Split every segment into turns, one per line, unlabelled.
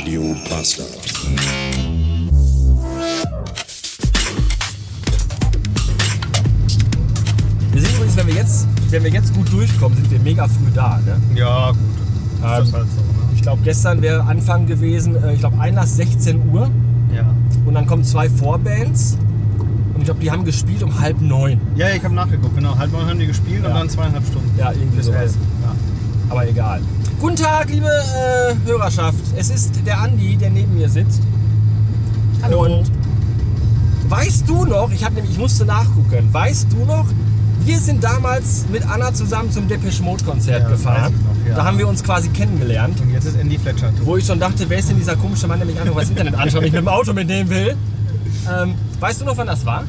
Master.
Wir sind übrigens, wenn wir jetzt, wenn wir jetzt gut durchkommen, sind wir mega früh da. Ne?
Ja, gut. Ist
Ähm,
das halt so, ne?
Ich glaube, gestern wäre Anfang gewesen, äh, ich glaube Einlass 16 Uhr
Ja.
und dann kommen zwei Vorbands und ich glaube, die haben gespielt um halb neun.
Ja, ich habe nachgeguckt, genau. Halb neun haben die gespielt und
Ja.
dann zweieinhalb Stunden.
Ja, irgendwie
Bis
sowas.
elf. Ja.
Aber egal. Guten Tag, liebe äh, Hörerschaft. Es ist der Andi, der neben mir sitzt.
Hallo.
Und weißt du noch, ich, hab nämlich, ich musste nachgucken, weißt du noch, wir sind damals mit Anna zusammen zum Depeche Mode Konzert
Ja,
gefahren.
weiß ich noch, ja.
Da haben wir uns quasi kennengelernt.
Und jetzt ist Andy Fletcher tot.
Wo ich schon dachte, wer ist denn dieser komische Mann, der mich einfach über das Internet anschaut, mich mit dem Auto mitnehmen will. Ähm, weißt du noch, wann das war?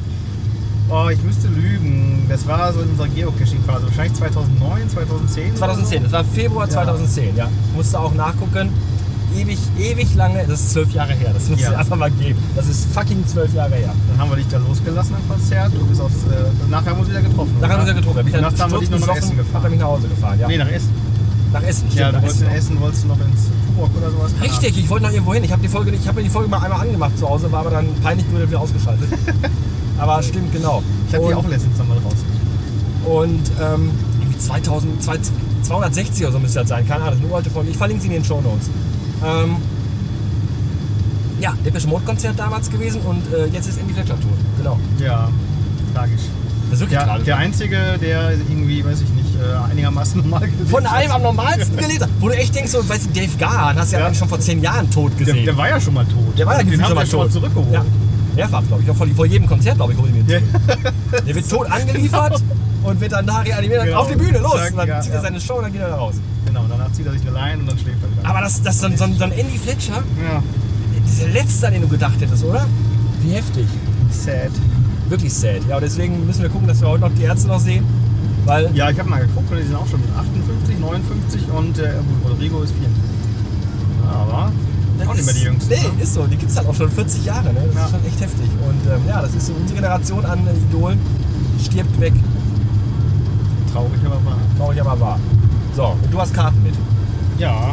Oh, ich müsste lügen. Das war so in unserer Geocaching-Phase. Wahrscheinlich 2009, 2010.
2010, das war Februar
Ja.
2010, ja. Musste auch nachgucken. Ewig, ewig lange, das ist zwölf Jahre her, das muss
Ja.
es einfach mal geben. Das ist fucking zwölf Jahre her.
Dann haben wir dich da losgelassen am Konzert. Du bist aufs, äh, nachher haben wir uns wieder getroffen.
Da
oder?
haben wir getrunken, da bin ich dann
Nachts haben wir dich noch nach
sturzbesoffen,
Essen
hab dann
gefahren.
mich nach Hause gefahren, ja.
Nee, nach Essen.
Nach Essen, stimmt,
Ja, du
nach
wolltest in
auch.
Essen, wolltest du noch ins Tuborg oder sowas. Keine
Richtig, ich wollte noch irgendwo hin. Ich habe die Folge, nicht- ich habe die Folge mal einmal angemacht zu Hause, war aber dann peinlich nur wieder ausgeschaltet. aber stimmt, genau.
Ahnung. Ich habe die
Und-
auch letztens nochmal rausgeschickt.
Und ähm, irgendwie 2000, 260 oder so müsste das sein. Keine Ahnung, das ist eine uralte Folge. Ich verlinke sie in den Show Notes. Ähm, ja, Depeche Mode Konzert damals gewesen und äh, jetzt ist Andy Fletcher tot. Genau.
Ja, tragisch.
Das ist wirklich
Der,
gerade.
der Einzige, der irgendwie, weiß ich nicht, äh, einigermaßen normal gelebt
Von
hat.
allem am normalsten gelesen. Wo du echt denkst, so, weißt du, Dave Gahan hast du ja,
Ja.
eigentlich schon vor zehn Jahren tot
Der,
gesehen.
der war ja schon mal tot.
Der war ja
Den
gefühlt
haben
schon
wir
mal
schon mal
tot.
zurückgeholt.
Ja, mehrfach, glaube ich. Auch vor, vor jedem Konzert, glaube ich, hole ich mir
Ja.
Der wird tot angeliefert und wird dann da reanimiert.
Genau.
Auf die Bühne, los!
Zack,
und dann
ja,
zieht er
ja.
seine Show und dann geht er da raus.
Genau, danach zieht er sich eine Leine und dann schläft er wieder.
Aber das, das so, ein- so, ein- so ein Andy Fletcher,
ja,
Diese letzte, an den du gedacht hättest, oder? Wie heftig.
sad.
Wirklich sad. Ja, und deswegen müssen wir gucken, dass wir heute noch die Ärzte noch sehen. Weil,
Ja, ich habe mal geguckt und die sind auch schon 58, 59 und äh, gut, Rodrigo ist 54. Aber auch nicht mehr die Jüngsten.
Nee,
ne?
ist so. Die gibt es halt auch schon 40 Jahre. Ne? Das
Ja.
ist schon echt heftig. Und ähm, ja, das ist so unsere Generation an äh, Idolen. Stirbt weg.
Traurig, aber wahr.
Traurig, aber wahr. So, und du hast Karten mit.
Ja,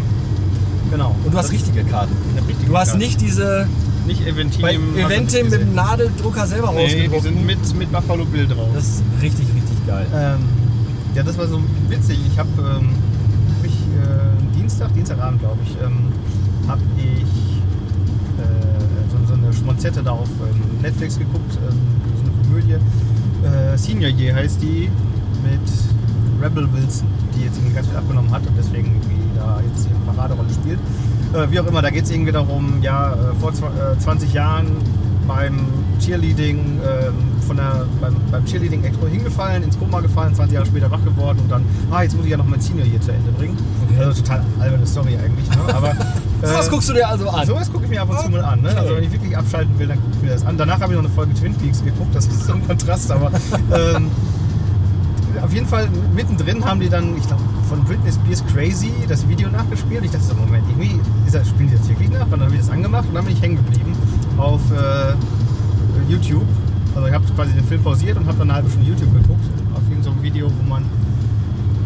genau.
Und du hast richtige Karten.
eine richtige
Du hast
Karte.
nicht diese
nicht Eventim.
bei
hast du nicht
Eventim mit
gesehen.
dem Nadeldrucker selber
Nee, die
rausgedruckt.
sind mit, mit Buffalo Bill drauf.
Das ist richtig, richtig geil.
Ähm, ja, das war so witzig. Ich habe ähm, hab ich, äh, Dienstag, Dienstagabend glaube ich, ähm, habe ich äh, so, so eine Schmonzette da auf ähm, Netflix geguckt, ähm, so eine Komödie. Äh, Senior Year heißt die mit Rebel Wilson, die jetzt irgendwie ganz viel abgenommen hat und deswegen irgendwie da jetzt ihre Paraderolle spielt. Äh, wie auch immer, da geht es irgendwie darum, ja, äh, vor zwa- äh, 20 Jahren beim Cheerleading, ähm, von der, beim, beim Cheerleading Expo hingefallen, ins Koma gefallen, 20 Jahre später wach geworden und dann, ah, jetzt muss ich ja noch mein Senior hier zu Ende bringen.
Okay.
Also total alberne Story eigentlich, ne? aber...
Sowas guckst du dir also an.
Sowas gucke ich mir ab und zu mal an. Ne? Also wenn ich wirklich abschalten will, dann gucke ich mir das an. Danach habe ich noch eine Folge Twin Peaks geguckt, das ist so ein Kontrast, aber ähm, auf jeden Fall mittendrin haben die dann, ich glaube, von Britney Spears Crazy das Video nachgespielt. Ich dachte so, Moment, irgendwie ist das, spielen die das wirklich nach? Und dann habe ich das angemacht und dann bin ich hängen geblieben auf äh, YouTube. Also ich habe quasi den Film pausiert und habe dann eine halbe Stunde YouTube geguckt auf irgendeinem so einem Video, wo man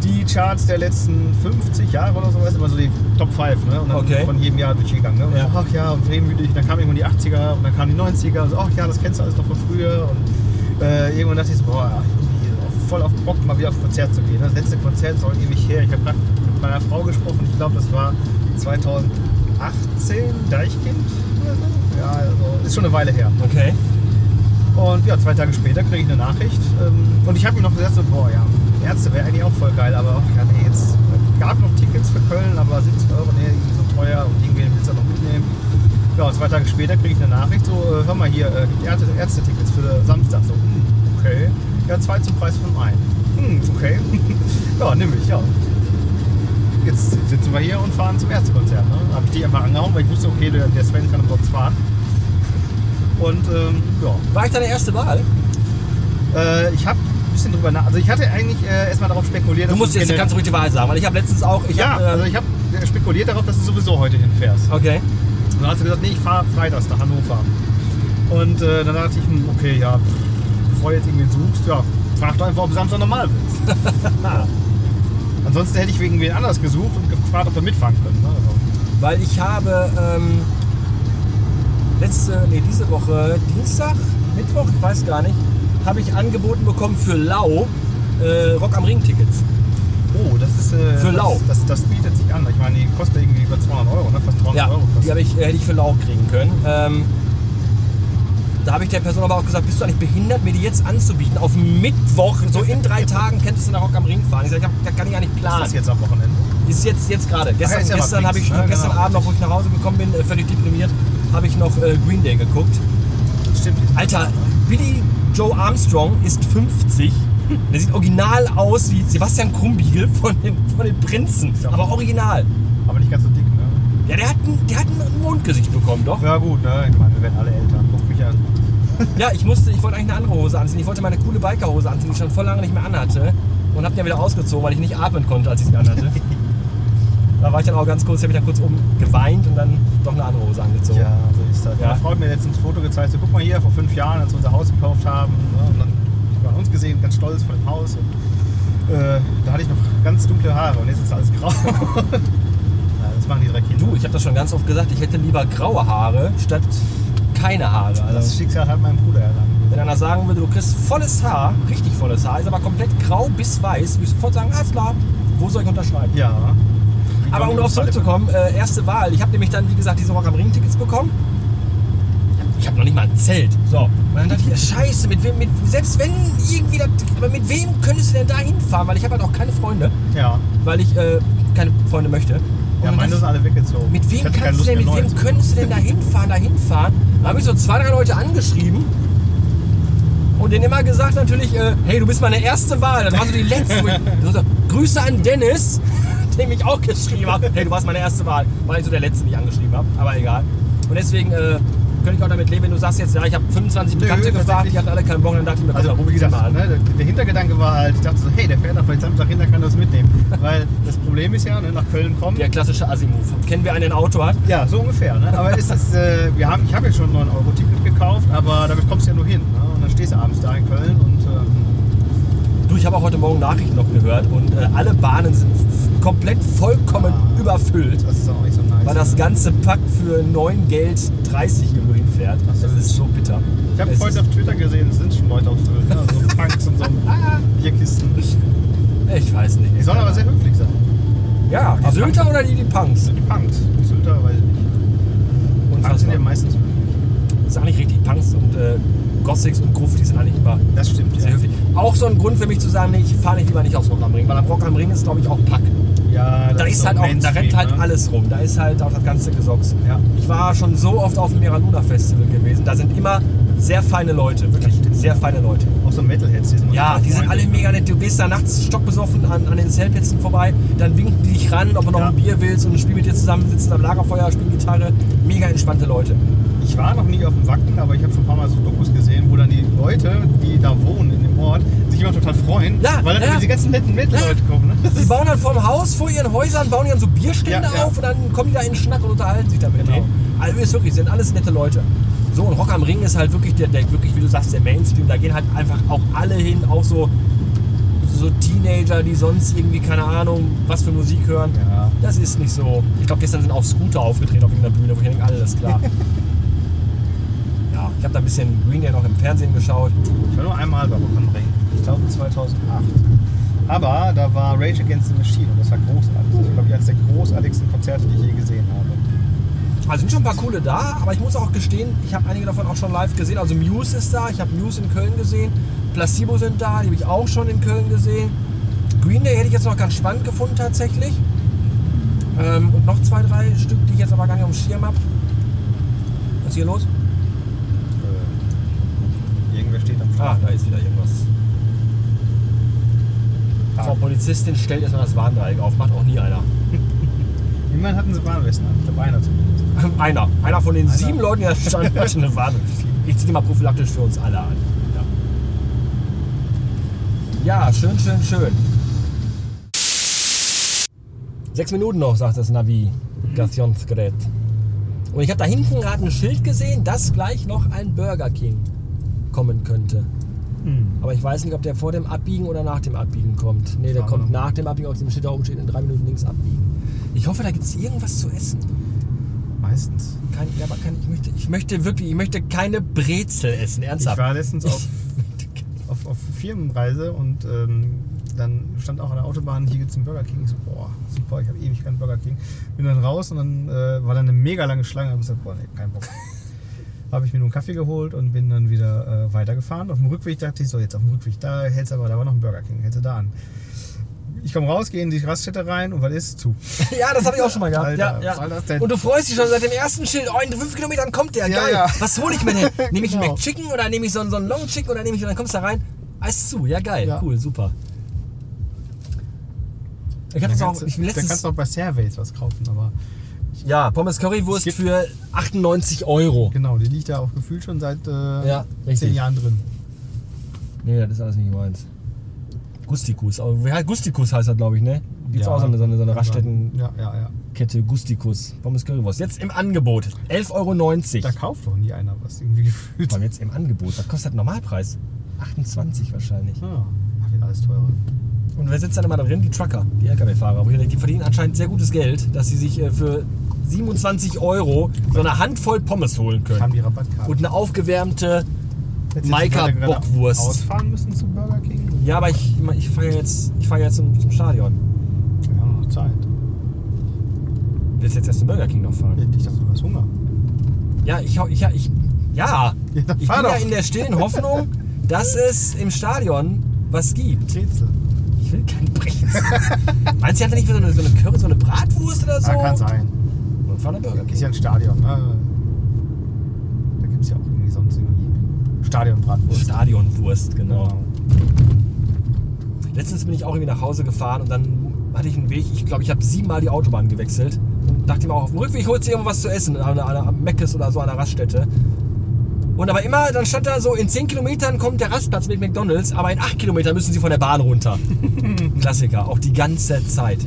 die Charts der letzten 50 Jahre oder sowas, immer so die Top 5, ne? Und dann
Okay.
von jedem Jahr durchgegangen. Ne? Und
Ja.
so, ach ja, und wehmütig. Dann kamen irgendwann die 80er und dann kamen die 90er. Und so, ach ja, das kennst du alles noch von früher. Und äh, irgendwann dachte ich so, boah, irgendwie voll auf Bock, mal wieder auf ein Konzert zu gehen. Das letzte Konzert ist auch ewig her. Ich habe gerade mit meiner Frau gesprochen. Ich glaube, das war 2018 Deichkind oder so. Ja, also ist schon eine Weile her.
Okay.
Und ja, zwei Tage später kriege ich eine Nachricht. Ähm, und ich habe mir noch gesagt, so, boah, ja, Ärzte wäre eigentlich auch voll geil, aber auch, ja, nee, jetzt äh, gab noch Tickets für Köln, aber 70 Euro, nee, irgendwie so teuer und irgendwen willst du noch mitnehmen. Ja, und zwei Tage später kriege ich eine Nachricht, so, äh, hör mal hier, äh, gibt Ärzte, Ärzte-Tickets für Samstag. So, hm, okay. Ja, zwei zum Preis von einem. Hm, okay. ja, nimm ich, ja. Jetzt sitzen wir hier und fahren zum Ärztekonzert. Ne? Habe ich die einfach angehauen, weil ich wusste, okay, der, der Sven kann umsonst fahren. Und ähm, ja,
War ich deine erste Wahl?
äh, ich habe ein bisschen drüber nach. Also ich hatte eigentlich äh, erstmal darauf spekuliert.
Du
dass
musst
es
jetzt
generell-
ganz ruhig die Wahrheit sagen, weil ich habe letztens auch. Ich
Ja,
hab, äh,
also ich habe spekuliert darauf, dass du sowieso heute hinfährst.
okay.
Und dann hat sie gesagt, nee, ich fahre freitags nach Hannover. Und äh, dann dachte ich, hm, okay, ja, bevor du jetzt irgendwen suchst, ja, frag doch einfach, ob du Samstag normal willst. Ja. Ansonsten hätte ich wegen wen anders gesucht und gefragt, ob wir mitfahren können. Ne? Also,
Weil ich habe ähm, letzte, nee, diese Woche, Dienstag, Mittwoch, ich weiß gar nicht, habe ich angeboten bekommen für Lau äh, Rock am Ring Tickets.
Oh, das ist. Äh,
Für Lau.
Das, das, das bietet sich an. Ich meine, die kostet irgendwie über 200 Euro, ne? Fast 300
Ja,
Euro.
die
Kostet.
habe ich, äh, hätte ich für Lauch kriegen können. Ähm, da habe ich der Person aber auch gesagt, bist du eigentlich behindert, mir die jetzt anzubieten? Auf Mittwoch, so in drei Tagen, könntest du nach Rock am Ring fahren. Ich sage, da kann ich eigentlich
Das
planen.
ist jetzt am Wochenende.
Ist jetzt, jetzt gerade. Gestern,
ist ja mal
gestern,
fix,
habe ich,
ne?
gestern
Genau.
Abend noch, wo ich nach Hause gekommen bin, äh, völlig deprimiert, habe ich noch äh, Green Day geguckt.
Stimmt.
Alter, Billy Joe Armstrong ist 50. Der sieht original aus wie Sebastian Krumbiegel von den, von den Prinzen.
Ja.
Aber original.
Aber nicht ganz so dick, ne?
Ja, der hat, ein, der hat ein Mondgesicht bekommen, doch.
Ja, gut, ne? Ich meine, wir werden alle älter. Guck mich an.
Ja, ich musste, ich wollte eigentlich eine andere Hose anziehen. Ich wollte meine coole Bikerhose anziehen, die ich schon voll lange nicht mehr anhatte. Und hab die ja wieder ausgezogen, weil ich nicht atmen konnte, als ich sie anhatte. da war ich dann auch ganz kurz, ich habe mich dann kurz oben geweint und dann doch eine andere Hose angezogen.
Ja, so ist das.
Ja.
Meine Frau hat mir letztens ein Foto gezeigt. So, guck mal hier, vor fünf Jahren, als wir unser Haus gekauft haben. Ne? Und dann hat man uns gesehen, ganz stolz vor dem Haus. Und, äh, da hatte ich noch ganz dunkle Haare und jetzt ist alles grau. ja, das machen die drei Kinder.
Du, ich habe das schon ganz oft gesagt, ich hätte lieber graue Haare statt keine Haare.
das
Also,
Schicksal hat meinem Bruder erlangt.
wenn einer sagen würde, du kriegst volles Haar, richtig volles Haar, ist aber komplett grau bis weiß, würde ich sofort sagen, alles klar, wo soll ich unterschreiben?
Ja.
Aber um darauf
halt
zurückzukommen, äh, erste Wahl. Ich habe nämlich dann, wie gesagt, diese Rock am Ring-Tickets bekommen. Ich habe noch nicht mal ein Zelt. So. Und dann dachte ich, ja, scheiße, mit wem, mit, selbst wenn irgendwie, das, aber mit wem könntest du denn da hinfahren? Weil ich habe halt auch keine Freunde,
Ja,
weil ich äh, keine Freunde möchte. Und
ja
dann
meine
dachte
sind alle weggezogen.
ich, mit
Ich
wem,
hatte keine
kannst du
Lust
denn,
mehr,
mit
neue
wem
zu-
könntest du denn da hinfahren, da hinfahren? Da habe ich so zwei, drei Leute angeschrieben und denen immer gesagt natürlich, äh, hey, du bist meine erste Wahl. Dann waren so die letzten. wo ich- so, so, Grüße an Dennis, dem ich auch geschrieben habe. Hey, du warst meine erste Wahl. War ich so der Letzte, die ich angeschrieben habe. Aber egal. Und deswegen äh, könnte ich auch damit leben, wenn du sagst jetzt, ja, ich habe 25
Nö,
Bekannte gefragt, die hatten alle keinen Bock. Dann dachte ich mir, komm,
Also,
dann
wie gesagt,
mal an.
ne, der- der Hintergedanke war halt, ich dachte so, hey, der fährt da vielleicht Samstag hin, da kann das mitnehmen. Weil das Problem ist ja, ne, nach Köln kommen.
Der klassische Assi-Move. Kennen wir einen, der ein Auto hat?
Ja, so ungefähr. Ne? Aber ist das, äh, wir haben, ich habe jetzt schon ein 9-Euro-Ticket gekauft, aber damit kommst du ja nur hin. Ne? Und dann stehst du abends da in Köln und ähm,
Du, ich habe auch heute Morgen Nachrichten noch gehört und äh, alle Bahnen sind f- komplett vollkommen
Ah.
überfüllt,
das ist auch nicht so nice.
weil das
ne?
ganze Pack für 9 Geld 30 irgendwo hinfährt.
Ach so.
Das ist so bitter.
ich habe
Es
heute
ist-
auf Twitter gesehen, es sind schon Leute auf Sylt, ne? so Punks und so Bierkisten. Die
Ich weiß nicht.
sollen aber sehr höflich sein.
Ja, die
Aber
Sylter oder die, die Punks?
Die Punks. Die Sylter, weil Punks sind ja
Unfassbar.
meistens höflich.
Das ist eigentlich richtig. Punks und äh, Gothics und Gruftis sind eigentlich immer
Das stimmt.
sehr
ja.
höflich. Auch so ein Grund für mich zu sagen, nee, ich fahre nicht lieber nicht aufs Rock am Ring, weil am Rock am Ring ist, glaube ich, auch Pack.
Ja, das
Da ist
so
halt auch, da
Mainstream,
rennt halt
ne?
alles rum. Da ist halt auch das ganze Gesocks.
Ja.
Ich war schon so oft auf dem Mera Luna Festival gewesen. Da sind immer sehr feine Leute, wirklich sehr feine Leute.
Auch so Metalheads. sind
Ja, die sind alle
freundlich, ne?
mega nett. Du gehst da nachts stockbesoffen an, an den Zeltplätzen vorbei, dann winken die dich ran, ob du noch
Ja.
ein Bier willst und ein Spiel mit dir zusammen, sitzen am Lagerfeuer, spielen Gitarre. Mega entspannte Leute.
Ich war noch nie auf dem Wacken, aber ich habe schon ein paar Mal so Dokus gesehen, wo dann die Leute, die da wohnen in dem Ort, sich immer total freuen,
Ja,
weil dann
ja.
diese ganzen netten Metal-Leute kommen. Ne? Das
Die
ist-
bauen dann vorm Haus, vor ihren Häusern, bauen die dann so Bierstände
Ja, ja.
auf und dann kommen die da in den Schnack und unterhalten sich dann mit
Genau.
denen. Also ist wirklich, sind alles nette Leute. So, und Rock am Ring ist halt wirklich der, der wirklich, wie du sagst, der Mainstream. Da gehen halt einfach auch alle hin, auch so, so Teenager, die sonst irgendwie, keine Ahnung, was für Musik hören.
Ja.
Das ist nicht so. Ich glaube, gestern sind auch Scooter aufgetreten auf irgendeiner Bühne, wo ich denke, alles klar. ja, ich habe da ein bisschen Green Day noch im Fernsehen geschaut.
Ich war nur einmal bei Rock am Ring. Ich glaube 2008. Aber da war Rage Against the Machine und das war großartig. Das war, glaube ich, eines der großartigsten Konzerte, die ich je gesehen habe.
Also sind schon ein paar coole da, aber ich muss auch gestehen, ich habe einige davon auch schon live gesehen. Also Muse ist da, ich habe Muse in Köln gesehen, Placebo sind da, die habe ich auch schon in Köln gesehen. Green Day hätte ich jetzt noch ganz spannend gefunden tatsächlich. Ähm, und noch zwei, drei Stück, die ich jetzt aber gar nicht auf dem Schirm habe. Was ist hier los?
Äh, Irgendwer steht am
Ah,
Start.
da ist wieder irgendwas. Ah. Frau Polizistin stellt erstmal das Warndreieck auf, macht auch nie einer.
Immerhin hatten sie Warnwesten an. Ich glaube, einer zumindest.
Einer. Einer von den
Einer.
sieben Leuten, die da standen, hatte eine Warnung. Ich ziehe die mal prophylaktisch für uns alle an. Ja, ja schön, schön, schön. Sechs Minuten noch, sagt das
Mhm.
Navigationsgerät. Und ich habe da hinten gerade ein Schild gesehen, dass gleich noch ein Burger King kommen könnte.
Mhm.
Aber ich weiß nicht, ob der vor dem Abbiegen oder nach dem Abbiegen kommt. Nee, der
Keine
kommt
Ahnung.
nach dem Abbiegen, auf dem Schild da oben steht, in drei Minuten links abbiegen. Ich hoffe, da gibt es irgendwas zu essen.
meistens.
Kein, ja, aber kein, ich, möchte, ich möchte wirklich, ich möchte keine Brezel essen,
Ich
ernsthaft.
war letztens auf, auf, auf Firmenreise und ähm, dann stand auch an der Autobahn, hier gibt's einen Burger King. Ich so, boah, super, ich habe ewig keinen Burger King. Bin dann raus und dann äh, war da eine mega lange Schlange. Hab Ich gesagt, boah, nee, kein Bock. habe ich mir nur einen Kaffee geholt und bin dann wieder äh, weitergefahren. Auf dem Rückweg dachte ich so, jetzt auf dem Rückweg da hältst du aber, da war noch ein Burger King, hältst du da an. Ich komme raus, gehe in die Raststätte rein und was ist? Zu.
ja, das habe ich auch schon mal gehabt.
Alter,
ja,
was soll das
ja.
denn?
Und du freust dich schon seit dem ersten Schild. Oh, in fünf Kilometern kommt der.
Ja,
Geil.
ja.
Was hole ich mir denn? Nehme ich
Genau.
einen McChicken oder nehme ich so einen, so einen Long Chicken oder nehme ich und dann kommst du da rein. Eis zu. Ja, geil.
Ja.
Cool, super. Ich hatte
Dann
das auch.
kannst, du-
Ich bin
dann
letztens.
kannst du auch bei Surveys was kaufen, aber
Ja, Pommes
Es
Currywurst
gibt-
für 98 Euro.
genau, die liegt da auch gefühlt schon seit äh,
Ja,
zehn
richtig.
Jahren drin.
Nee, das ist alles nicht meins. Gustikus. aber wie heißt- Gustikus heißt das, glaube ich, ne? Gibt's
Ja.
auch so eine, so eine, so eine
Aber-
Raststättenkette
Ja, ja, ja.
Gustikus. Pommes Currywurst. Jetzt im Angebot. 11,90
Da
Euro.
kauft doch nie einer was, irgendwie gefühlt.
Komm, jetzt im Angebot. Was kostet Normalpreis? 28 wahrscheinlich.
Ja, Ah, ach, wird alles teurer.
Und wer sitzt dann immer da drin? Die Trucker, die Lkw-Fahrer. Wo ich denke, Die verdienen anscheinend sehr gutes Geld, dass sie sich äh, für 27 Euro so eine Handvoll Pommes holen
Haben
können.
die Rabattkarte.
Und eine aufgewärmte.
Hättest du
Maika
gerade gerade
Bockwurst.
Ausfahren müssen zu Burger King?
Ja, aber ich, ich fahre ja jetzt, ich fahr ja jetzt zum, zum Stadion.
Wir haben noch Zeit.
Willst jetzt erst zum Burger King noch fahren?
Ich dachte, du hast Hunger.
Ja, ich hau- ich, ja, ich, ja.
Ja, dann
ich
fahr
bin ja
doch.
in der stillen Hoffnung, dass es im Stadion was gibt.
Brezel.
Ich will kein Brezel. Meinst du, die haben da nicht so eine, so eine Curry, so eine Bratwurst oder so?
Ah, kann sein.
Und fahren einen Burger King.
Ist ja ein Stadion. Ne? Da gibt es ja auch irgendwie sonst irgendwie Stadionbratwurst.
Stadionwurst, genau. Letztens bin ich auch irgendwie nach Hause gefahren und dann hatte ich einen Weg, ich glaube, ich habe siebenmal die Autobahn gewechselt und dachte mir auch, auf dem Rückweg holst du irgendwo was zu essen, an einer, an einer am Meckes oder so, an einer Raststätte. Und aber immer, dann stand da so, in 10 Kilometern kommt der Rastplatz mit McDonalds, aber in 8 Kilometern müssen sie von der Bahn runter. Klassiker, auch die ganze Zeit.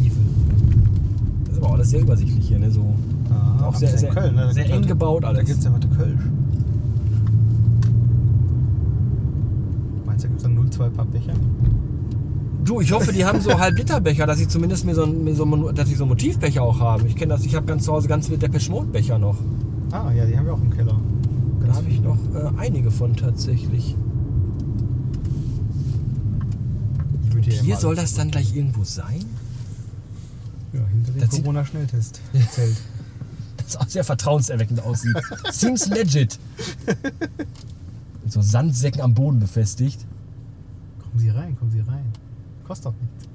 Evil. Das ist aber auch alles sehr übersichtlich hier, ne? So
Ah,
Auch
aber
sehr-
ist ja
sehr- sehr
Da gibt's
eng
heute-
gebaut alles.
Da gibt es ja heute Kölsch. Meinst du, da gibt es dann 0,2 Pappbecher?
Du, ich hoffe, die haben so Halbliterbecher, dass ich zumindest mir so, ein- mir so, ein- dass ich so Motivbecher auch habe. Ich kenne das, ich habe ganz zu Hause ganz viele Depeche Mode Becher noch.
Ah, ja, die haben wir auch im Keller.
Da habe ich noch äh, einige von tatsächlich.
Ich würde
Hier
immer
soll
alles-
das dann gleich irgendwo sein?
Ja, hinter dem
Das sieht-
Corona-Schnelltest. zählt.
Das auch sehr vertrauenserweckend aussieht. Seems legit. Mit so Sandsäcken am Boden befestigt.
Kommen Sie rein, kommen Sie rein. Kostet doch nichts.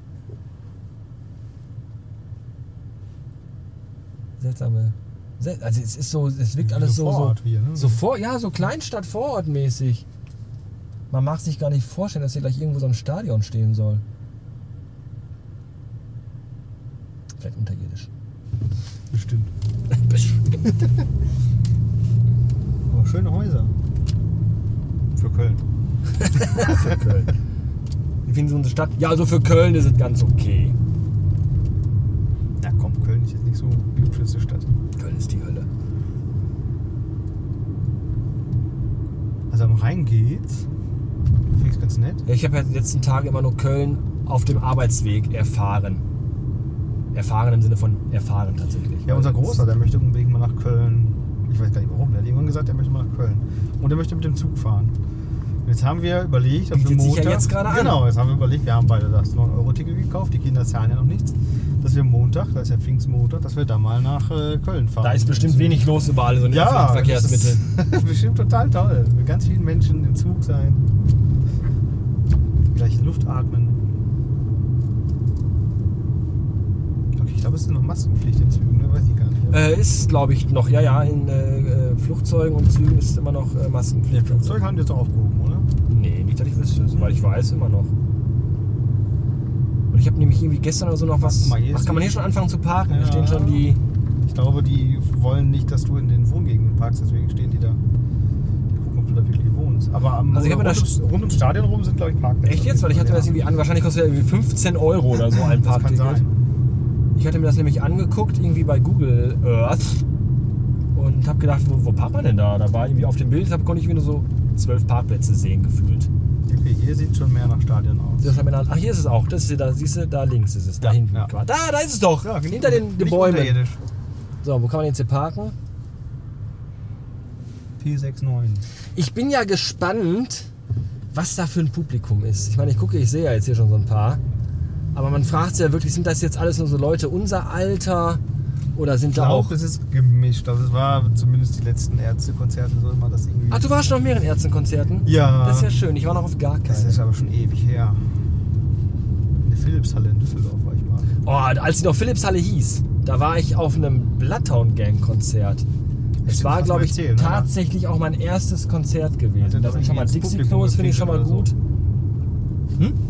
Seltsame. sel- Also es ist so, es wirkt
Wie
alles
so
so, so,
Vorort hier, ne?
so vor, ja, so Kleinstadt vorortmäßig. Man mag sich gar nicht vorstellen, dass hier gleich irgendwo so ein Stadion stehen soll. Vielleicht unterirdisch.
Bestimmt.
Bestimmt.
Aber schöne Häuser. Für Köln.
Für Köln. Wie finden Sie unsere Stadt? Ja, also für Köln ist es ganz okay.
Na komm, Köln ist jetzt nicht so die hübscheste Stadt.
Köln ist die Hölle.
Also am Rhein geht's. Finde ich ganz nett.
Ja, ich habe ja die letzten Tage immer nur Köln auf dem Arbeitsweg erfahren. Erfahren im Sinne von erfahren tatsächlich.
Ja, unser
Weil
Großer, der möchte unbedingt mal nach Köln. Ich weiß gar nicht warum. Der hat irgendwann gesagt, er möchte mal nach Köln. Und er möchte mit dem Zug fahren. Und jetzt haben wir überlegt, ob wir
Bietet sich ja
Montag.
jetzt gerade an.
Genau, jetzt haben wir überlegt, wir haben beide das 9-Euro-Ticket gekauft. Die Kinder zahlen ja noch nichts. Dass wir Montag, das ist ja Pfingstmontag, dass wir da mal nach äh, Köln fahren.
Da ist bestimmt wenig los überall so in den
Ja,
öffentlichen Verkehrsmitteln.
das ist bestimmt total toll. Mit ganz vielen Menschen im Zug sein. Die gleiche Luft atmen. Okay, ich glaube, es ist noch Maskenpflicht in Zügen, ne? weiß ich gar nicht.
Äh, ist, glaube ich, noch, ja, ja, in äh, äh, Flugzeugen und Zügen ist immer noch äh, Maskenpflicht.
Flugzeug haben die jetzt auch aufgehoben, oder?
Nee, nicht, dass ich wüsste, soweit ich weiß, immer noch. Und ich habe nämlich irgendwie gestern oder so noch was.
Guck mal, hier
Ach,
ist
kann man
die-
hier schon anfangen zu parken? Hier
Ja.
stehen schon die.
Ich glaube, die wollen nicht, dass du in den Wohngegenden parkst, deswegen stehen die da. Die gucken, ob du da wirklich wohnst. Aber am,
Also ich habe
rund,
ja das-
ums, rund ums Stadion rum sind, glaube ich, Parkplätze.
Echt jetzt? Weil ich hatte mir das irgendwie an. Wahrscheinlich kostet ja irgendwie 15 Euro oder so ein
Das kann
Parkticket.
sein.
Ich hatte mir das nämlich angeguckt, irgendwie bei Google Earth. Und habe gedacht, wo, wo parkt man denn da? Da war irgendwie auf dem Bild, da konnte ich wieder so zwölf Parkplätze sehen gefühlt.
Okay, Hier sieht schon mehr nach Stadion aus.
Das ist schon Ach, hier ist es auch. Das ist hier, da siehst du, da links ist es. Da
Ja,
hinten.
ja. genau.
quasi. Da, da ist es doch. Hinter den, den
nicht
Bäumen.
unterirdisch.
So, wo kann man jetzt hier parken?
P69.
Ich bin ja gespannt, was da für ein Publikum ist. Ich meine, ich gucke, ich sehe ja jetzt hier schon so ein paar. Aber man fragt sich ja wirklich, sind das jetzt alles nur so Leute unser Alter? Oder sind
Ich
da auch.
glaube, es ist gemischt. Also es war zumindest die letzten Ärztekonzerte so immer das irgendwie.
Ach, Ah, du warst schon auf mehreren Ärztenkonzerten?
ja.
Das ist ja schön. Ich war noch auf gar
Das
keinem.
ist aber schon ewig her. In der Philipshalle in Düsseldorf war ich mal.
Oh, als die noch Philipshalle hieß, da war ich auf einem Bloodhound Gang Konzert. Es
Stimmt,
war,
hast du
glaube ich,
erzählt, ne?
tatsächlich auch mein erstes Konzert
Hatte
gewesen. Da
doch
sind schon mal
irgendwie ins
Dixie
Publikum
Klos, finde ich schon mal
gepinkelt oder
gut.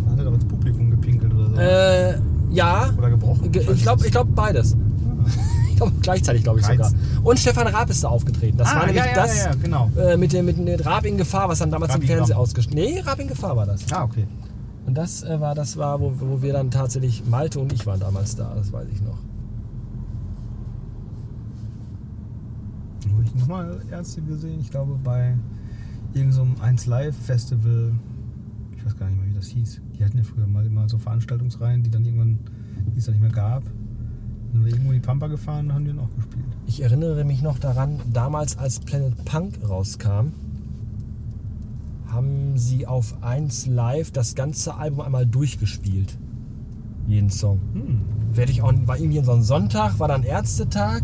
Da hat er doch ins Publikum gepinkelt oder so.
Äh, ja.
Oder gebrochen.
Ge-
weiß
Ich glaube
nicht.
ich glaub beides. Ich glaub, gleichzeitig, glaube ich
Geiz.
sogar. Und Stefan Raab ist da aufgetreten. Das
Ah,
war nämlich
ja, ja,
das
ja, ja, genau.
äh, mit, dem, mit dem Raab in Gefahr, was dann damals
Raab
im
in
Fernsehen
Gefahr.
ausgestrahlt Nee, Raab in Gefahr war das.
Ah, okay.
Und das äh, war, das war wo, wo wir dann tatsächlich, Malte und ich waren damals da, das weiß ich noch.
Wo ich nochmal Ärzte gesehen, ich glaube bei irgendeinem 1 Live Festival. Ich weiß gar nicht mehr, wie das hieß. Die hatten ja früher mal immer so Veranstaltungsreihen, die dann irgendwann, die es dann nicht mehr gab. Dann sind wir irgendwo in die Pampa gefahren, da haben die dann auch gespielt.
Ich erinnere mich noch daran, damals als Planet Punk rauskam, haben sie auf 1 Live das ganze Album einmal durchgespielt. Jeden Song.
Hm.
werde ich auch, war irgendwie so ein Sonntag, war dann Ärztetag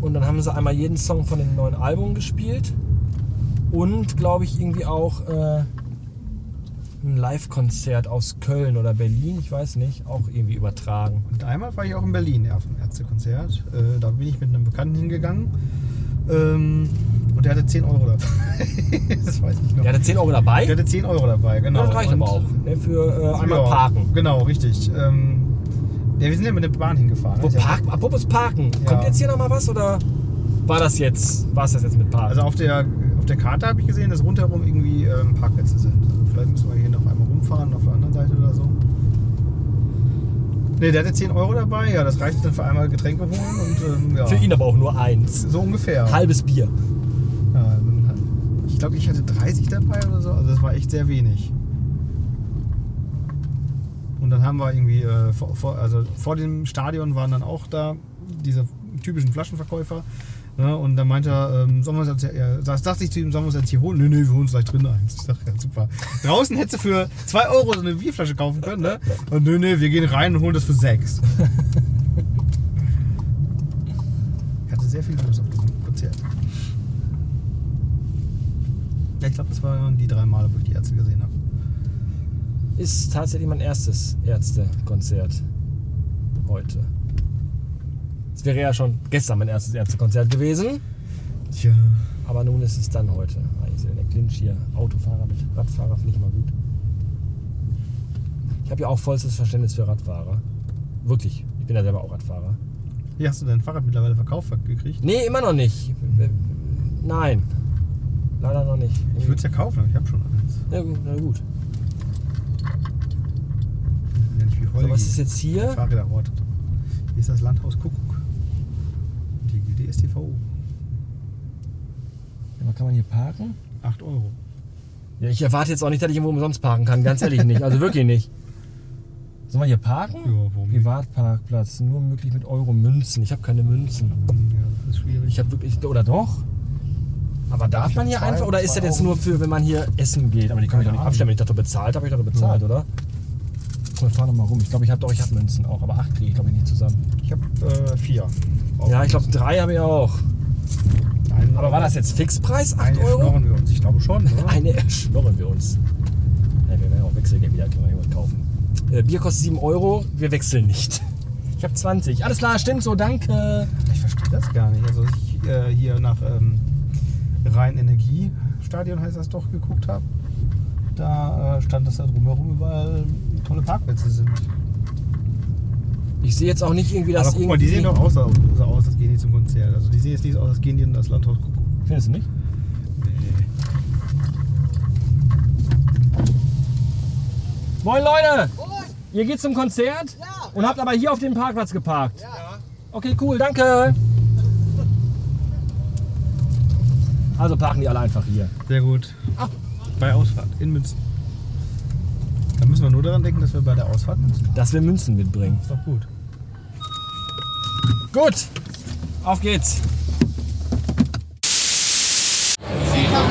und dann haben sie einmal jeden Song von dem neuen Album gespielt und glaube ich irgendwie auch äh, ein Live-Konzert aus Köln oder Berlin, ich weiß nicht, auch irgendwie übertragen.
Und einmal war ich auch in Berlin auf einem Ärztekonzert. Äh, da bin ich mit einem Bekannten hingegangen. Ähm, und der hatte 10 Euro dabei. das weiß ich noch.
Der hatte 10 Euro dabei,
Der hatte 10 Euro dabei, genau.
das reicht
Und-
aber auch ne, für äh, einmal
ja,
parken.
Genau, richtig. Ähm, ja, wir sind ja mit der Bahn hingefahren.
Wo
ne?
Park, apropos Parken, kommt
Ja.
jetzt hier nochmal was oder war das jetzt, war es das jetzt mit Parken?
Also auf der, auf der Karte habe ich gesehen, dass rundherum irgendwie ähm, Parkplätze sind. Also vielleicht müssen wir hier noch einmal rumfahren, auf der anderen Seite oder so. Ne, der hatte 10 Euro dabei. Ja, das reicht dann für einmal Getränke holen und ähm, ja.
für ihn Halt aber auch nur eins.
So ungefähr.
Halbes Bier.
Ja, dann hat- Ähm, ich glaube, ich hatte 30 dabei oder so. Also das war echt sehr wenig. Und dann haben wir irgendwie, äh, vor, vor, also vor dem Stadion waren dann auch da diese typischen Flaschenverkäufer. Ne? Und dann meinte er, ähm, sollen wir uns jetzt, hier- er saß, dachte ich zu ihm, sollen wir uns jetzt hier holen? Nö, nö, wir holen uns gleich drin eins. Ich dachte, ja, super. Draußen hättest du für 2 Euro so eine Bierflasche kaufen können, ne? Und nö, nö, wir gehen rein und holen das für 6. Ich hatte sehr viel Lust auf diesem Konzert. Ja, ich glaube, das waren die drei Male, wo ich die Ärzte gesehen habe.
ist tatsächlich mein erstes Ärztekonzert heute. Es wäre ja schon gestern mein erstes Ärztekonzert gewesen,
Tja.
aber nun ist es dann heute. Ah, Hier ist wieder der Clinch hier. Autofahrer mit Radfahrer finde ich immer gut. Ich habe ja auch vollstes Verständnis für Radfahrer. Wirklich. Ich bin ja selber auch Radfahrer.
Wie hast du dein Fahrrad mittlerweile verkauft gekriegt?
Nee, immer noch nicht. Nein. Leider noch nicht.
Ich würde es ja kaufen, aber ich habe schon eins.
Na gut. Na gut.
Nenn ich wie
So,
Holgi.
was ist jetzt hier?
Fahrräderort. Hier ist das Landhaus Kuckuck. Und hier gilt die STVO.
Ja, kann man hier parken?
8 Euro.
Ja, ich erwarte jetzt auch nicht, dass ich irgendwo umsonst parken kann. Ganz ehrlich nicht. Also wirklich nicht. Sollen wir hier
Ja,
parken?
warum nicht?
Privatparkplatz, nur möglich mit Euro-Münzen. Ich habe keine Münzen.
Ja, das ist schwierig.
Hm. Ich habe wirklich, oder doch? Aber darf man hier
Zwei-
einfach, oder ist
zwei
das jetzt
Euro.
nur für, wenn man hier essen geht? Aber die kann ich doch
Keine
nicht
Ahnung.
abstellen. Wenn ich das doch bezahlt habe, habe ich das doch bezahlt,
Ja.
oder? Komm, fahr noch mal rum. Ich glaube, ich habe doch, ich habe Münzen auch, aber acht kriege ich, glaube ich, nicht zusammen.
ich habe äh, vier.
Ja, ich glaube, drei habe ich auch.
Einen-
Aber war das jetzt Fixpreis, acht
Eine
Euro?
schnorren wir uns. Ich glaube schon, oder?
Eine erschnorren wir uns. Ja, wir werden auch Wechselgeld wieder, können wir jemand kaufen. Äh, Bier kostet 7 Euro, wir wechseln nicht. Ich habe 20. Alles klar, stimmt so, danke.
Ich verstehe das gar nicht. Also ich äh, hier nach ähm, Rhein-Energie-Stadion heißt das doch, geguckt habe, da äh, stand das da drumherum überall tolle Parkplätze sind.
Ich sehe jetzt auch nicht irgendwie, dass
Aber guck
irgendwie...
mal, die sehen doch auch so, so aus, als gehen die zum Konzert. Also die sehen jetzt nicht so aus, als gehen die in das Landhaus Kuckuck.
Findest du nicht? Moin Leute! Ihr geht zum Konzert und habt aber hier auf dem Parkplatz geparkt. Okay, cool, danke. Also parken die alle einfach hier.
Sehr gut. Bei Ausfahrt in Münzen. müssen wir nur daran denken, dass wir bei der Ausfahrt müssen.
dass wir Münzen mitbringen.
Ist doch gut.
Gut, auf geht's.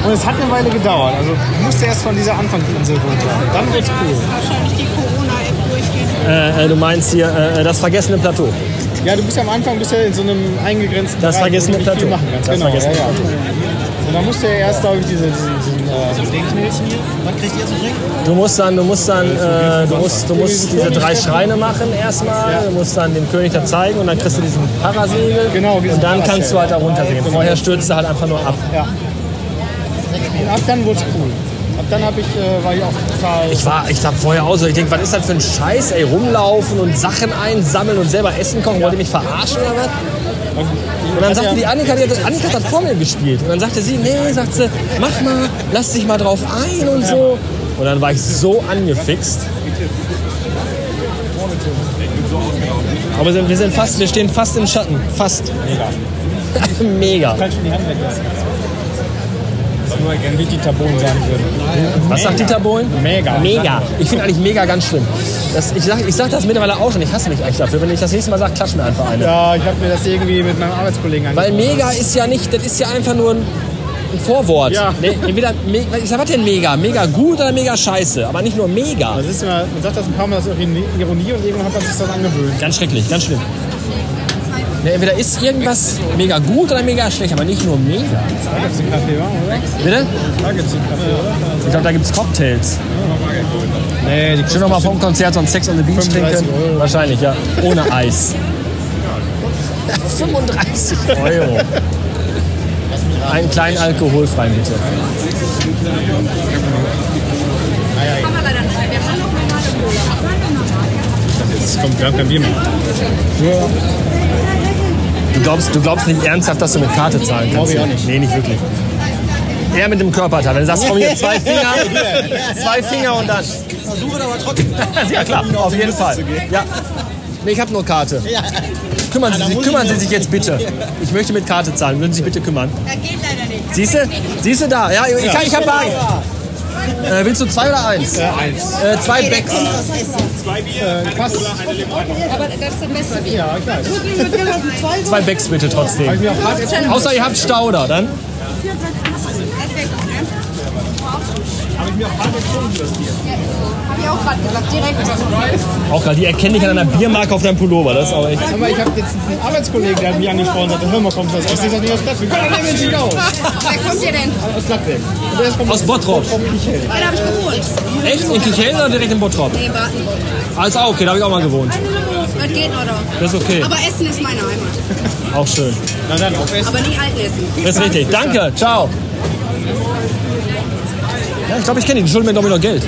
Und es hat eine Weile gedauert. Also musste erst von dieser Anfangsinsel runter. Dann wird's cool.
wahrscheinlich die Corona-App durchgeht.
Äh, äh, du meinst hier äh, das vergessene Plateau.
Ja, du bist ja am Anfang bist ja in so einem eingegrenzten
Das
Bereich,
vergessene
wo du nicht viel
Plateau.
machen kannst.
Das
genau,
vergessene
ja, ja. Und dann musst du ja erst, glaube ich, diese, diesen, diesen äh, so den knilzen hier. Wann kriegt ihr zu trinken?
Du musst dann, du musst dann, äh, du musst, du musst diese drei Schreine machen erstmal.
Ja.
Du musst dann dem König da zeigen und dann kriegst du diesen Parasegel.
Genau, diesen
Und dann
Parasegel. Genau.
kannst du halt da runtersehen. Vorher stürzt du halt einfach nur ab.
Ja. Und ab dann wurde es cool. Ab dann hab ich, äh, war ich auch total...
Ich war, ich hab vorher auch so, ich denke, was ist das für ein Scheiß, ey, rumlaufen und Sachen einsammeln und selber Essen kochen, wollte mich verarschen oder was? Und dann sagte die Annika, die hat, Annika hat vor mir gespielt. Und dann sagte sie, nee, sagt sie, mach mal, lass dich mal drauf ein und so. Und dann war ich so angefixt. Aber wir sind fast, wir stehen fast im Schatten. Fast. Mega.
Kannst du die Hand weglassen. Nur gern wie die Tabonen sein würden.
Was sagt Dieter Bohlen?
Mega.
Mega. Ich finde eigentlich mega ganz schlimm. Das, ich sage ich sag das mittlerweile auch schon. Ich hasse mich eigentlich dafür. Wenn ich das nächste Mal sage, klatsch mir einfach eine.
Ja, ich hab mir das irgendwie mit meinem Arbeitskollegen
Weil
angefangen.
mega ist ja nicht, das ist ja einfach nur ein, ein Vorwort.
Ja.
Nee, entweder, me- ich sag, was denn mega? Mega gut oder mega scheiße? Aber nicht nur mega.
Das ist immer, man sagt das ein paar Mal, das ist Ironie und irgendwann hat man sich das angewöhnt.
Ganz schrecklich, ganz schlimm. Nee, entweder ist irgendwas mega gut oder mega schlecht, aber nicht nur mega.
Da gibt's den Kaffee, oder?
Bitte?
Da gibt's den Kaffee, oder?
Ich glaube, da gibt's Cocktails.
Nee, die
Schön nochmal vom Konzert so ein Sex on the Beach
35
trinken.
Euro.
Wahrscheinlich, ja. Ohne Eis. 35 Euro. Einen kleinen alkoholfreien bitte.
Es kommt gerade kein Bier mehr.
Du glaubst, du glaubst nicht ernsthaft, dass du mit Karte zahlen kannst?
Glaub ich auch
hier?
nicht.
Nee, nicht wirklich. Eher mit dem Körperteil. Wenn du sagst, komm hier, zwei Finger, zwei Finger und dann.
Versuche aber trotzdem.
Ja klar, auf jeden Fall. Ja. Nee, ich habe nur Karte. Kümmern Sie, sich, kümmern Sie sich jetzt bitte. Ich möchte mit Karte zahlen. Würden Sie sich bitte kümmern?
Da geht leider nicht.
Siehst du? Siehst du da? Ja, ich, kann, ich hab Wagen. Äh, willst du zwei oder eins?
Äh, eins.
Äh, zwei Becks.
Fast.
Aber das ist das beste Bier.
Ja, ich weiß. Habe
Zwei Becks bitte trotzdem.
ich mir auch gerade erst-
Außer ihr habt Stau da, dann?
Das wäre gut, ne?
hab ich mir auch gerade erst-
Hab ich auch gerade gesagt, direkt.
Auch gerade, die erkenne ich an einer Biermarke auf deinem Pullover. Das ist auch echt.
Aber ich habe jetzt einen Arbeitskollegen, der hat mich angesprochen und sagte, hör mal, kommst du aus? Ich sehe das nicht aus Gladbeck. Gott, der Mensch nicht aus.
Wer kommt ihr denn?
Aus Gladbeck. Und der ist vom-
Aus Bottrop.
vom Michel.
Den hab ich geholt.
Echt? In Kichel oder direkt in Bottrop?
Nee, warten.
Alles auch okay, da habe ich auch mal gewohnt.
Das geht noch doch.
Das ist okay.
Aber Essen ist meine Heimat.
Auch schön.
Na dann, auf Essen.
Aber nicht Altenessen.
Das ist richtig. Danke, ciao. Ja, ich glaube, ich kenne ihn. Die schulden mir glaube ich noch Geld.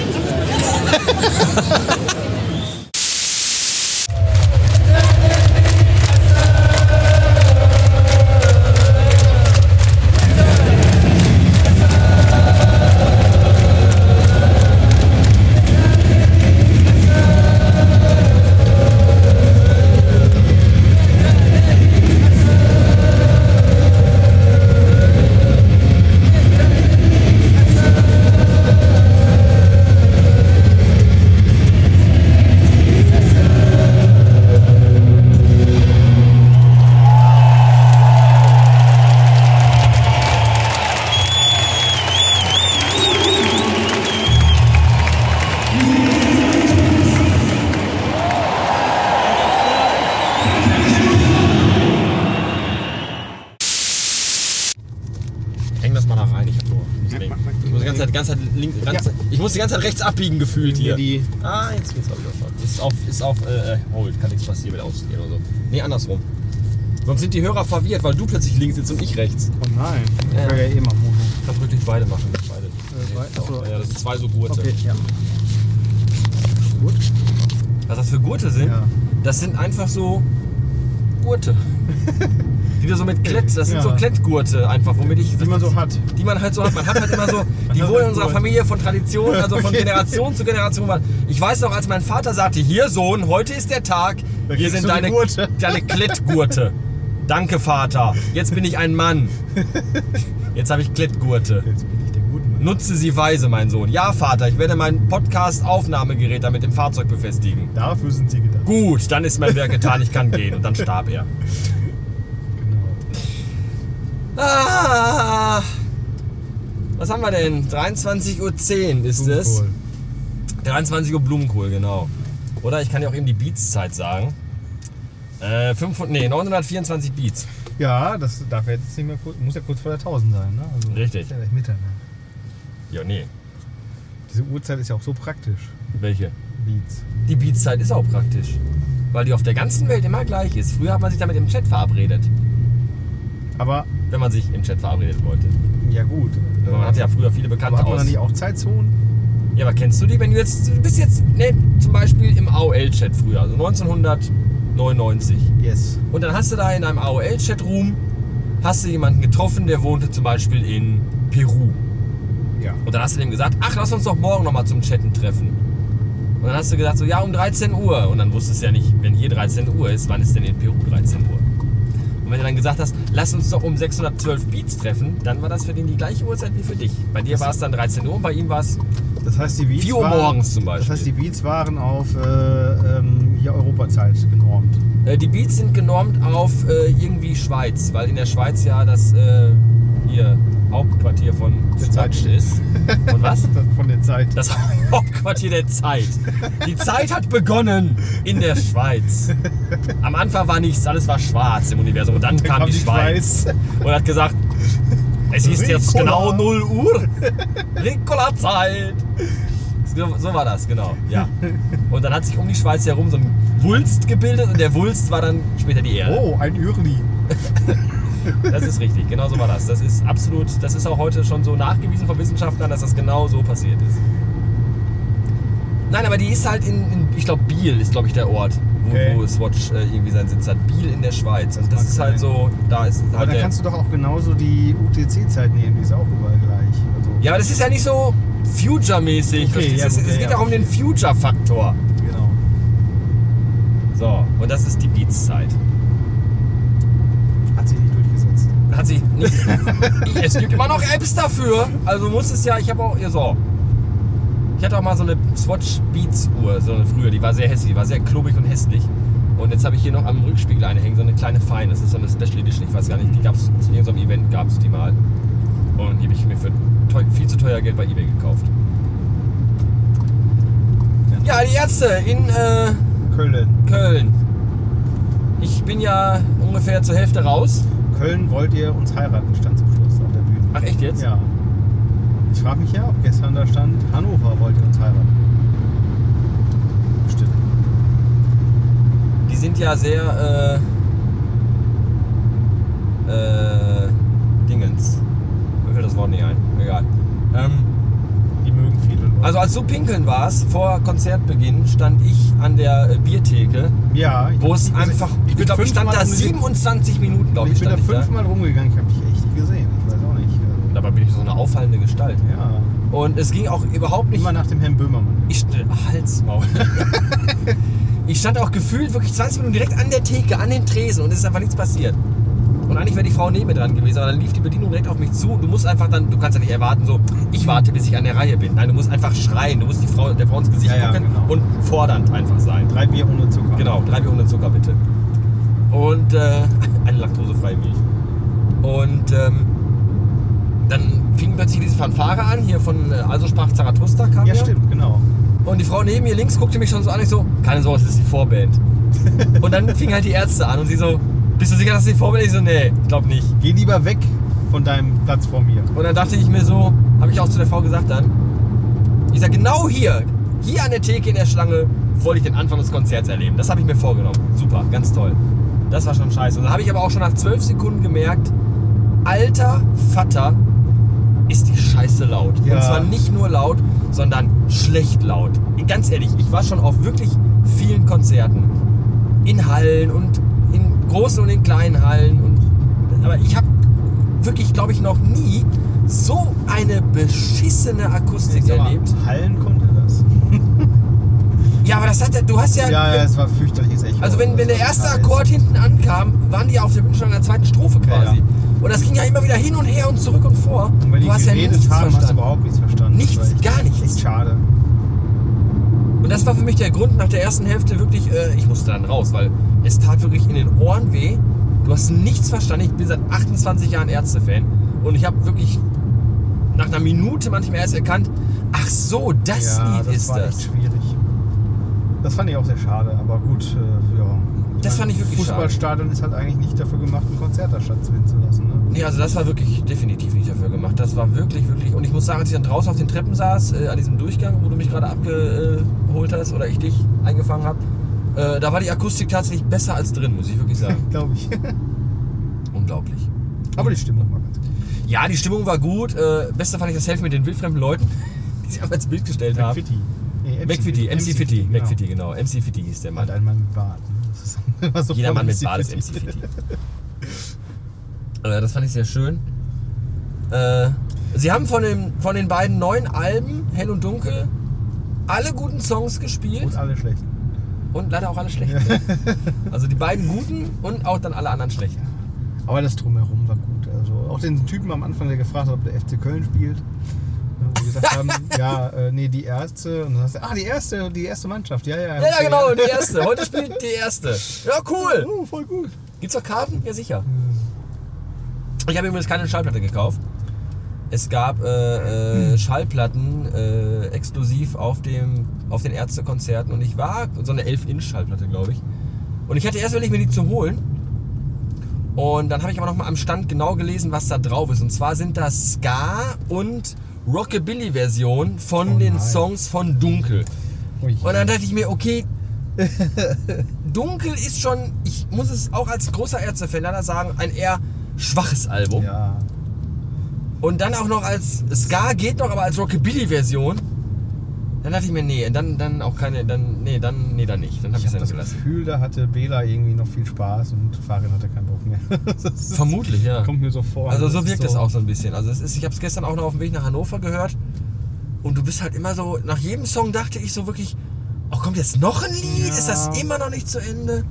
Häng das mal da rein, ich hab nur. Ich muss die ganze Zeit, ganze Zeit links, ganze, ich muss die ganze Zeit rechts abbiegen gefühlt hier.
Die-
Ah, jetzt geht's auch wieder schon. Ist auf, ist auf äh, äh, hold, kann nichts passieren mit Ausgehen oder so. Nee, andersrum. Sonst sind die Hörer verwirrt, weil du plötzlich links sitzt und ich rechts.
Oh nein. Ich
Ja.
war ja eh mal Mono.
Das würde ich beide machen. Beide.
Äh, wei- ach so.
Ja, das sind zwei so Gurte.
Okay, ja.
Was das für Gurte sind?
Ja.
Das sind einfach so Gurte. die du so mit Klett, das sind
Ja.
so Klettgurte einfach, womit ich.
Die man so hat.
Die man halt so hat. Man hat halt immer so, die wurden
hat
in
halt
unserer
Gurte.
Familie von Tradition, also von
Okay.
Generation zu Generation. waren. Ich weiß noch, als mein Vater sagte, hier Sohn, heute ist der Tag,
Da
hier
kriegst
sind
du die
deine,
Gurte.
deine Klettgurte. Danke Vater, jetzt bin ich ein Mann. Jetzt habe ich Klettgurte.
Jetzt bin ich der gute ne? Mann.
Nutze sie weise, mein Sohn. Ja, Vater, ich werde mein Podcast-Aufnahmegerät damit im Fahrzeug befestigen.
Dafür sind sie gedacht.
Gut, dann ist mein Werk getan, ich kann gehen. Und dann starb er.
Genau.
Ah, was haben wir denn? 23.10 Uhr ist es.
Cool.
23 Uhr Blumenkohl, genau. Oder ich kann ja auch eben die Beats-Zeit sagen. Äh, 500, nee, 924 Beats.
Ja, das darf ja jetzt nicht mehr kurz, muss ja kurz vor der 1000 sein. Ne? Also,
Richtig.
Ist ja gleich Mitternacht.
Ja, nee.
Diese Uhrzeit ist ja auch so praktisch.
Welche?
Beats.
Die Beats-Zeit ist auch praktisch. Weil die auf der ganzen Welt immer gleich ist. Früher hat man sich damit im Chat verabredet.
Aber,
Wenn man sich im Chat verabredet wollte.
ja gut. Äh,
Aber man hatte ja früher viele
aber
Bekannte
hat man
aus.
dann nicht auch Zeitzonen?
Ja, aber kennst du die, wenn du jetzt, du bist jetzt, ne, zum Beispiel im AOL-Chat früher, also 1999.
Yes.
Und dann hast du da in einem AOL-Chat-Room, hast du jemanden getroffen, der wohnte zum Beispiel in Peru.
Ja.
Und dann hast du dem gesagt, ach, lass uns doch morgen nochmal zum Chatten treffen. Und dann hast du gesagt, so, ja, um 13 Uhr. Und dann wusstest du ja nicht, wenn hier 13 Uhr ist, wann ist denn in Peru 13 Uhr? Und wenn du dann gesagt hast, lass uns doch um 612 Beats treffen, dann war das für den die gleiche Uhrzeit wie für dich. Bei dir war es dann 13 Uhr und bei ihm war es
Das heißt, die Beats
4 Uhr
waren,
morgens zum
Das
Beispiel.
heißt, die Beats waren auf äh, ähm, hier Europazeit genormt.
Äh, die Beats sind genormt auf äh, irgendwie Schweiz, weil in der Schweiz ja das äh, hier Hauptquartier von
Der
Spotify
Zeit steht.
ist. Und was?
Das Von der Zeit.
Das Hauptquartier der Zeit. Die Zeit hat begonnen in der Schweiz. Am Anfang war nichts, alles war schwarz im Universum. Und dann, kam, die, Schweiz, und hat gesagt, es ist jetzt genau
Ricola.
0 Uhr. Ricola-Zeit. So, so war das, genau. Ja. Und dann hat sich um die Schweiz herum so ein Wulst gebildet und der Wulst war dann später die Erde.
Oh, ein Irli.
Das ist richtig, genau so war das. Das ist absolut, das ist auch heute schon so nachgewiesen von Wissenschaftlern, dass das genau so passiert ist. Nein, aber die ist halt in, in ich glaube, Biel ist, glaube ich, der Ort, wo,
Okay.
wo Swatch äh, irgendwie seinen Sitz hat. Biel in der Schweiz. Und das
mag
ist halt
sein.
so, da ist
Aber
halt
dann
der,
kannst du doch auch genauso die UTC-Zeit nehmen, die ist auch überall gleich. Also,
Ja, aber das ist ja nicht so Future-mäßig.
Okay,
verstehst du?
ja,
es,
gut,
es
ja,
geht
ja,
auch um den Future-Faktor.
genau.
So, und das ist die Beats-Zeit.
Hat sich nicht durchgesetzt.
Hat sich nicht. es gibt immer noch Apps dafür. Also muss es ja. Ich habe auch. Ja, so. Ich hatte auch mal so eine Swatch Beats Uhr, so eine früher. Die war sehr hässlich, die war sehr klobig und hässlich. Und jetzt habe ich hier noch am Rückspiegel eine hängen, so eine kleine Fein. Das ist so eine Special Edition. Ich weiß gar nicht. Die gab es zu irgendeinem Event, gab es die mal. Und die habe ich mir für teu, viel zu teuer Geld bei eBay gekauft. Ja, die Ärzte in. Äh,
Köln.
Köln. Ich bin ja ungefähr zur Hälfte raus.
Köln wollt ihr uns heiraten, stand zum Schluss auf der Bühne.
Ach echt jetzt?
Ja. Ich frage mich ja, ob gestern da stand, Hannover wollt ihr uns heiraten. Bestimmt.
Die sind ja sehr äh, äh, Dingens. Mir fällt das Wort nicht ein. Egal. Ähm,
Die mögen viele Leute.
also als du pinkeln warst, vor Konzertbeginn, stand ich an der äh, Biertheke,
ja, ich,
wo es
ich-
einfach. Ich,
bin
glaub, ich stand
fünfmal
da
rumge-
27 Minuten, glaube ich.
Ich bin da
stand ich
fünfmal rumgegangen, ich habe dich echt nicht gesehen. Ich weiß auch nicht.
da. Dabei bin ich so eine auffallende Gestalt.
Also, ja.
Und es ging auch überhaupt nicht
Immer nach dem Herrn Böhmermann.
Ich stand. Halsmaul. ich stand auch gefühlt wirklich 20 Minuten direkt an der Theke, an den Tresen und es ist einfach nichts passiert. Und eigentlich wäre die Frau neben mir dran gewesen, aber dann lief die Bedienung direkt auf mich zu. Du musst einfach dann, du kannst ja nicht erwarten, so, ich warte, bis ich an der Reihe bin. Nein, du musst einfach schreien. Du musst die Frau, der Frau ins Gesicht
Ja, ja,
gucken
genau.
und fordernd einfach sein.
Drei Bier ohne Zucker.
Genau, drei Bier ohne Zucker bitte. Und äh, eine laktosefreie Milch. Und ähm, dann fing plötzlich diese Fanfare an, hier von äh, Also sprach Zarathustra kam
Ja, stimmt, genau.
und die Frau neben mir links guckte mich schon so an, ich so, keine Sorge, das ist die Vorband. und dann fing halt die Ärzte an und sie so, bist du sicher, dass das die Vorband ist? Ich so, nee, ich glaube nicht.
Geh lieber weg von deinem Platz vor mir.
Und dann dachte ich mir so, habe ich auch zu der Frau gesagt dann, ich sag genau hier, hier an der Theke in der Schlange, wollte ich den Anfang des Konzerts erleben. Das habe ich mir vorgenommen. Super, ganz toll. Das war schon scheiße. Und dann habe ich aber auch schon nach zwölf Sekunden gemerkt, alter Vater, ist die Scheiße laut.
Ja.
Und zwar nicht nur laut, sondern schlecht laut. Ganz ehrlich, ich war schon auf wirklich vielen Konzerten. In Hallen und in großen und in kleinen Hallen. Und, aber ich habe wirklich, glaube ich, noch nie so eine beschissene Akustik
Sag mal,
erlebt.
Hallen konnte das.
Ja, aber das hat ja, du hast ja. äh,
Ja, ja, es war fürchterliches Echo.
also wenn, wenn der
Das war
erste
total
Akkord hinten ankam, waren die auf der Bühne schon an der zweiten Strophe
Ja,
quasi.
ja.
Und das ging ja immer wieder hin und her und zurück und vor.
Und wenn
du hast
die
ja
geredet
nichts
haben, hast du
verstanden.
überhaupt nichts verstanden.
Nichts,
Das war echt-
gar nichts.
Echt schade.
Und das war für mich der Grund nach der ersten Hälfte wirklich, äh, ich musste dann raus, weil es tat wirklich in den Ohren weh. Du hast nichts verstanden. Ich bin seit 28 Jahren Ärztefan und ich habe wirklich nach einer Minute manchmal erst erkannt, ach so, das
ja,
Lied
das
ist
war
das.
echt schwierig. Das fand ich auch sehr schade, aber gut, äh, ja.
Das fand ich wirklich schade.
Fußballstadion ist halt eigentlich nicht dafür gemacht, ein Konzert da stattfinden zu lassen. Ne?
Nee, also das war wirklich definitiv nicht dafür gemacht. Das war wirklich, wirklich. Und ich muss sagen, als ich dann draußen auf den Treppen saß, äh, an diesem Durchgang, wo du mich gerade abgeholt hast oder ich dich eingefangen habe, äh, da war die Akustik tatsächlich besser als drin, muss ich wirklich sagen.
Glaube ich.
Unglaublich.
aber die Stimmung war ganz gut.
Ja, die Stimmung war gut. Äh, beste fand ich das Helfen mit den wildfremden Leuten, die sich einfach ins Bild gestellt haben.
McFitty. Nee,
McFitty, MC Fitty,
genau.
McFitty, genau. MC Fitty hieß der Mann.
Hat ein Mann mit Bart. Ne? Das ist- war sofort
Jeder Mann mit
MC
Bart ist
Fitty.
MC Fitty. äh, das fand ich sehr schön. Äh, sie haben von, dem, von den beiden neuen Alben, Hell und Dunkel, alle guten Songs gespielt
Und alle schlecht.
und leider auch alle schlechten. also die beiden guten und auch dann alle anderen schlechten.
Aber das Drumherum war gut. Also auch den Typen am Anfang, der gefragt hat, ob der FC Köln spielt. Und die gesagt haben, ja, äh, nee, die Ärzte. Und dann hast du, ah, die erste, die erste Mannschaft. Ja, ja.
Ja, ja, genau, die erste. Heute spielt die erste. Ja, cool.
Oh, voll gut. Hm.
Gibt's noch Karten? Ja, sicher. Ich habe übrigens keine Schallplatte gekauft. Es gab äh, äh, Schallplatten äh, exklusiv auf, dem, auf den Ärztekonzerten und ich war so eine 11-Inch-Schallplatte, glaube ich. Und ich hatte erst überlegt, mir die zu holen. Und dann habe ich aber nochmal am Stand genau gelesen, was da drauf ist. Und zwar sind das Ska und Rockabilly-Versionen von
Oh
den
nein.
Songs von Dunkel.
Ui.
Und dann dachte ich mir, okay, Dunkel ist schon, ich muss es auch als großer Ärztefan leider sagen, ein eher schwaches Album.
ja.
Und dann auch noch als Ska geht noch, aber als Rockabilly-Version. Dann dachte ich mir, nee, dann, dann auch keine, dann, nee, dann, nee, dann nicht. Dann habe ich es
Ich habe
dann
das
gelassen.
Gefühl, da hatte Bela irgendwie noch viel Spaß und Farin hatte keinen Bock mehr. Das ist-
Vermutlich, ja.
kommt mir so vor.
Also so
ist
wirkt es auch so ein bisschen. Also es ist, ich habe es gestern auch noch auf dem Weg nach Hannover gehört. Und du bist halt immer so, nach jedem Song dachte ich so wirklich, oh, kommt jetzt noch ein Lied? Ist das
Ja.
immer noch nicht zu Ende?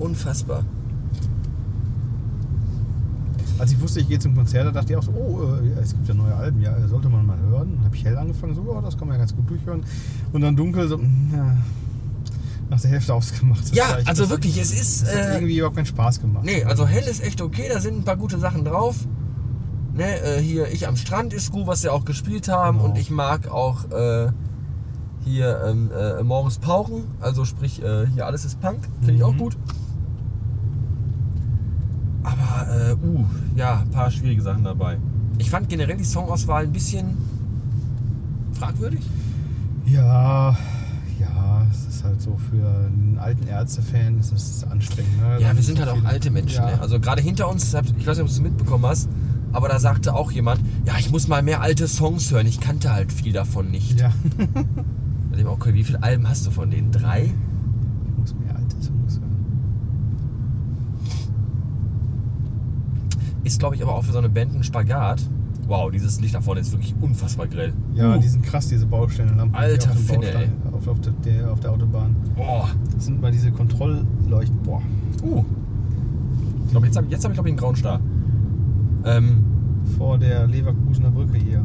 Unfassbar.
Als ich wusste, ich gehe zum Konzert, da dachte ich auch so, oh, äh, es gibt ja neue Alben, ja, sollte man mal hören. Dann habe ich hell angefangen, so, oh, das kann man ja ganz gut durchhören. Und dann dunkel, so, mm, ja, nach der Hälfte ausgemacht. Das
Ja,
war echt-
also
das-
wirklich, es ist.
Das hat
Äh,
irgendwie überhaupt keinen Spaß gemacht.
nee, also hell ist echt okay, da sind ein paar gute Sachen drauf. Ne, äh, hier Ich am Strand ist gut, was wir auch gespielt haben.
Genau.
Und ich mag auch äh, hier ähm, äh, Morgens Pauken. Also sprich, äh, hier alles ist Punk. Finde ich auch
Mhm.
gut. Aber, äh, uh, ja, ein paar schwierige Sachen dabei. Ich fand generell die Songauswahl ein bisschen fragwürdig.
Ja, ja, es ist halt so für einen alten Ärztefan, es ist anstrengend. Ne?
Ja,
Dann
wir sind
so
halt auch
viele-
alte Menschen.
Ja.
Ne? Also gerade hinter uns, ich weiß nicht, ob du es mitbekommen hast, aber da sagte auch jemand, ja, ich muss mal mehr alte Songs hören. Ich kannte halt viel davon nicht.
ja.
Da dachte ich mir, okay, wie viele Alben hast du von denen? Drei?
Ich muss mehr alte Songs hören.
Ist, glaube ich, aber auch für so eine Band ein Spagat. Wow, dieses Licht da vorne ist wirklich unfassbar grell.
Ja,
uh,
die sind krass, diese Baustellenlampen. die
Alter
auf dem
Finne,
Baustein- auf, auf, der, auf der Autobahn.
boah.
Das sind mal diese Kontrollleuchten. Boah.
Uh. Ich glaube, jetzt habe jetzt hab ich, glaube ich, einen grauen Star. Ähm,
Vor der Leverkusener Brücke hier.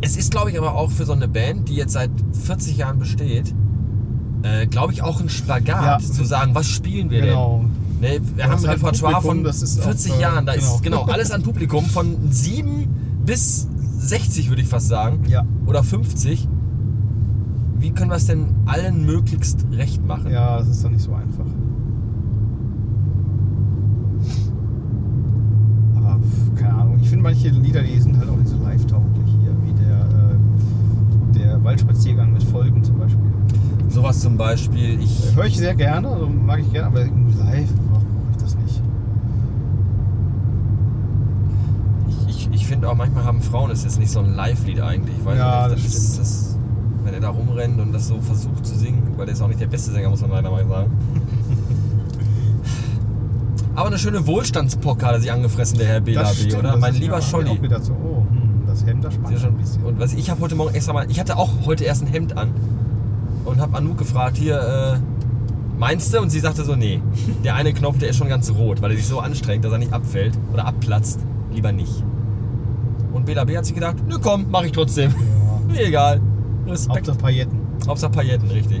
es ist, glaube ich, aber auch für so eine Band, die jetzt seit 40 Jahren besteht, äh, glaube ich, auch ein Spagat,
Ja.
zu sagen, was spielen wir denn?
genau.
Nee, wir
Das
haben ein
ist halt
Repertoire
Publikum,
von
das ist
40
auch, äh,
Jahren. Da ist
genau.
genau alles an Publikum von 7 bis 60, würde ich fast sagen.
Ja.
Oder 50. Wie können wir es denn allen möglichst recht machen?
Ja, das ist doch nicht so einfach. Aber pf, keine Ahnung. Ich finde manche Lieder, die sind halt auch nicht so live-tauglich hier, wie der, äh, der Waldspaziergang mit Folgen zum Beispiel.
Sowas zum Beispiel. Ich,
Höre ich sehr gerne, also mag ich gerne, aber live boah, brauche ich das nicht.
ich, ich, ich finde auch manchmal haben Frauen es jetzt nicht so ein Live-Lied eigentlich. Weil
Ja, das
ist, das, wenn er da rumrennt und das so versucht zu singen, weil der ist auch nicht der beste Sänger, muss man leider mal sagen. Aber eine schöne Wohlstandspocke hat er sich angefressen, der Herr Bela
das
B, oder?
das
Mein
ist
lieber
mir
Scholli.
Auch wieder so, oh, hm, das Hemd, das
Sehr
spannt
schön.
ein bisschen.
Und was ich habe heute Morgen extra mal, ich hatte auch heute erst ein Hemd an und habe Anouk gefragt, hier, äh, Meinst du? Und sie sagte so, nee, der eine Knopf, der ist schon ganz rot, weil er sich so anstrengt, dass er nicht abfällt oder abplatzt. Lieber nicht. Und Bela B hat sich gedacht, nö komm, mach ich trotzdem. Mir egal. Respekt.
Hauptsache Pailletten.
Hauptsache Pailletten, richtig.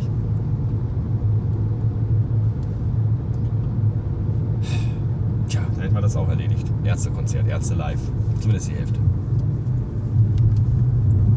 Tja, dann hätten wir das auch erledigt. Ärztekonzert, Ärzte live. Zumindest die Hälfte.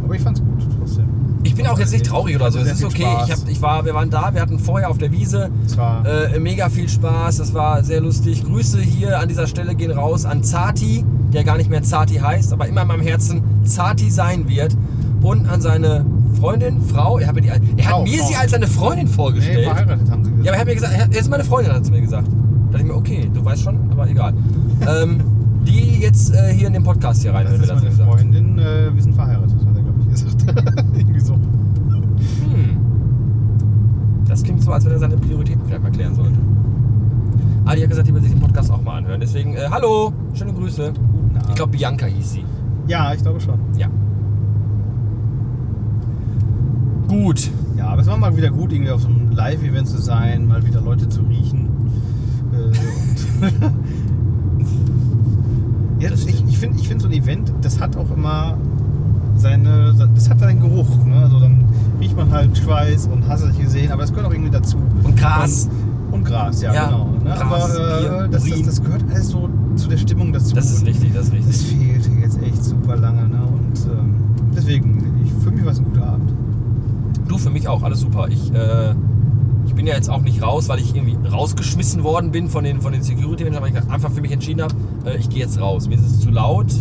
Aber ich fand's gut trotzdem.
Ich bin auch jetzt nicht traurig oder so. Es
Sehr
ist
viel
okay.
Spaß.
Ich hab, ich war, wir waren da, wir hatten vorher auf der Wiese
Es war-
äh, mega viel Spaß. Es war sehr lustig. Grüße hier an dieser Stelle gehen raus an Zati, der gar nicht mehr Zati heißt, aber immer in meinem Herzen Zati sein wird. Und an seine Freundin, Frau. Er hat mir, die, er hat
Frau,
mir
Frau.
sie als seine Freundin vorgestellt.
Nee, halt- verheiratet haben sie
Ja, aber er
gesagt.
hat mir gesagt, er hat- er ist meine Freundin, hat sie mir gesagt. Da dachte ich mir, okay, du weißt schon, aber egal. ähm, die jetzt äh, hier in den Podcast hier rein,
das
wenn wir
ist
das
meine
jetzt sagen.
Freundin, äh, wir sind verheiratet, hat er, glaube ich, gesagt. Irgendwie so.
Hm. Das klingt so, als wenn er seine Prioritäten vielleicht mal klären sollte. Ah, die hat gesagt, die will sich den Podcast auch mal anhören. Deswegen, äh, hallo, schöne Grüße.
Guten Abend.
Ich glaube, Bianca hieß sie.
Ja, ich glaube schon.
Ja. Gut.
Ja, aber es war mal wieder gut, irgendwie auf so einem Live-Event zu sein, mal wieder Leute zu riechen. Äh, und ja,
Das
ich ich finde ich find so ein Event, das hat auch immer seine, das hat seinen Geruch. Ne? Also dann riecht man halt Schweiß und hast es nicht gesehen, aber das gehört auch irgendwie dazu.
Und Gras.
Und, und Gras, ja,
Ja,
genau. Ne?
Gras,
aber
Bier,
äh, das, das,
Urin.
das gehört alles so zu der Stimmung dazu.
Das ist
Und
richtig, das ist
Das
richtig.
fehlte jetzt echt super lange. Ne? Und ähm, deswegen, ich, für mich war es ein guter Abend.
Du, für mich auch, alles super. Ich, äh, ich bin ja jetzt auch nicht raus, weil ich irgendwie rausgeschmissen worden bin von den, von den Security-Menschen, weil ich einfach für mich entschieden habe, äh, ich gehe jetzt raus. Mir ist es zu laut,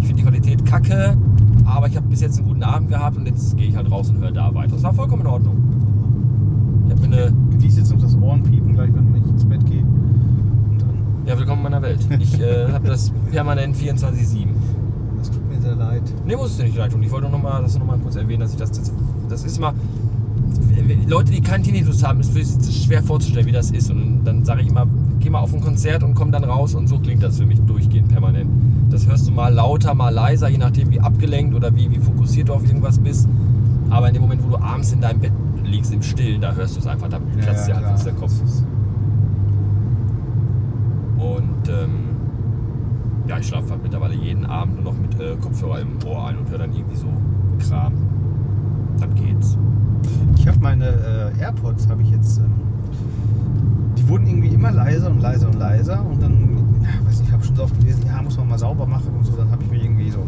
ich finde die Qualität kacke, aber ich habe bis jetzt einen guten Abend gehabt und jetzt gehe ich halt raus und höre da weiter. Das war vollkommen in Ordnung. Ich habe mir eine
genieße jetzt noch das Ohrenpiepen gleich, wenn ich ins Bett gehe. Und dann,
Ja, willkommen in meiner Welt. Ich äh, habe das permanent 24-7.
das tut mir sehr leid.
Nee, muss es dir nicht leid tun. Ich wollte nur noch mal, das noch mal kurz erwähnen, dass ich das jetzt. Das ist mal. Leute, die keinen Tinnitus haben, ist für sie schwer vorzustellen, wie das ist. Und dann sage ich immer, geh mal auf ein Konzert und komm dann raus. Und so klingt das für mich durchgehend permanent. Das hörst du mal lauter, mal leiser, je nachdem, wie abgelenkt oder wie, wie fokussiert du auf irgendwas bist. Aber in dem Moment, wo du abends in deinem Bett liegst, im Stillen, da hörst du es einfach, da platzt dir einfach aus der Kopf. Und ähm, ja, ich schlafe halt mittlerweile jeden Abend nur noch mit äh, Kopfhörer im Ohr ein und höre dann irgendwie so Kram. Dann geht's.
Ich habe meine äh, AirPods, habe ich jetzt. Ähm, die wurden irgendwie immer leiser und leiser und leiser. Und dann, ja, weiß nicht, ich habe schon so oft gelesen, ja, muss man mal sauber machen und so. Dann habe ich mir irgendwie so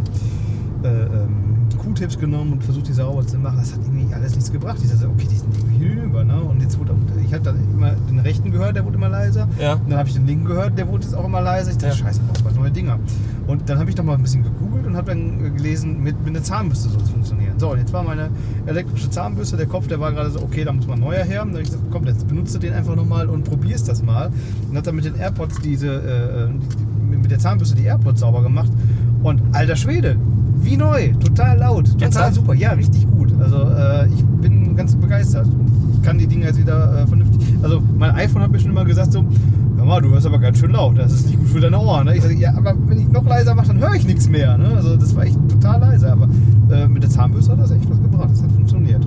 äh, ähm, Q-Tips genommen und versucht, die sauber zu machen. Das hat irgendwie alles nichts gebracht. Ich dachte, okay, die sind irgendwie hinüber. Ne? Und jetzt wurde auch, ich habe dann immer den rechten gehört, der wurde immer leiser.
Ja.
Und dann habe ich den linken gehört, der wurde jetzt auch immer leiser. Ich dachte,
Ja.
scheiße, braucht was neue Dinger. Und dann habe ich noch mal ein bisschen gegoogelt und habe dann äh, gelesen, mit, mit einer Zahnbürste soll es funktionieren. So, und jetzt war meine elektrische Zahnbürste, der Kopf, der war gerade so, okay, da muss man neuer her. Und dann habe ich gesagt, komm, jetzt benutze den einfach nochmal und probierst das mal. Und habe dann mit den AirPods diese, äh, äh, die, mit der Zahnbürste die AirPods sauber gemacht. Und alter Schwede, wie neu, total laut, total
Ernsthaft?
super, ja, richtig gut. Also äh, ich bin ganz begeistert. Und Ich, ich kann die Dinger jetzt wieder äh, vernünftig. Also mein iPhone hat mir schon immer gesagt so, hör mal, du hörst aber ganz schön laut. Das ist nicht gut für deine Ohren. Ne? Ich sage, ja, aber wenn ich noch leiser mache, dann höre ich nichts mehr. Ne? Also das war echt total leise. Aber äh, mit der Zahnbürste hat das echt was gebracht. Das hat funktioniert.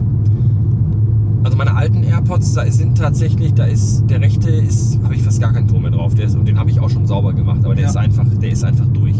Also meine alten AirPods da sind tatsächlich, da ist der rechte ist, habe ich fast gar keinen Ton mehr drauf. Der ist, und den habe ich auch schon sauber gemacht, aber der
Ja.
ist einfach, der ist einfach durch.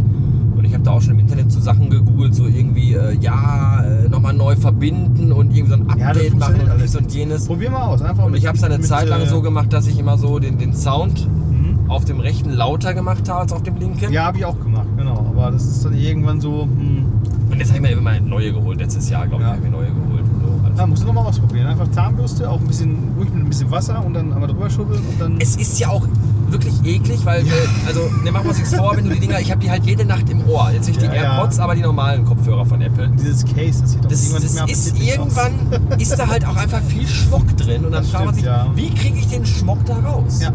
Und ich habe da auch schon im Internet so Sachen gegoogelt, so irgendwie, äh, ja, äh, nochmal neu verbinden und irgendwie so ein
das
Update machen
funktioniert
und dies
alles.
und jenes.
Probier mal aus. Einfach
Und
mit-
ich habe es eine
mit,
Zeit lang
äh,
so gemacht, dass ich immer so den, den Sound
Mhm.
auf dem rechten lauter gemacht habe als auf dem linken.
Ja, habe ich auch gemacht, genau. Aber das ist dann irgendwann so, hm,
Und jetzt habe ich mir immer eine neue geholt. Letztes Jahr, glaube ich,
Ja.
habe ich mir neue geholt. So, alles.
da musst du nochmal ausprobieren. Einfach Zahnbürste, auch ein bisschen, ruhig mit ein bisschen Wasser und dann einmal drüber schütteln und dann.
Es ist ja auch wirklich eklig, weil, weil- also, ne, machen wir uns nichts vor, wenn du die Dinger, ich habe die halt jede Nacht im Ohr. Jetzt nicht die
Ja, ja.
AirPods, aber die normalen Kopfhörer von Apple.
dieses Case, das sieht doch
Das,
irgendwann
das
nicht mehr
ist
appetitlich aus.
irgendwann, ist da halt auch einfach viel Schmock drin und dann
Das
fragt man sich,
stimmt, ja.
wie kriege ich den Schmock da raus?
Ja.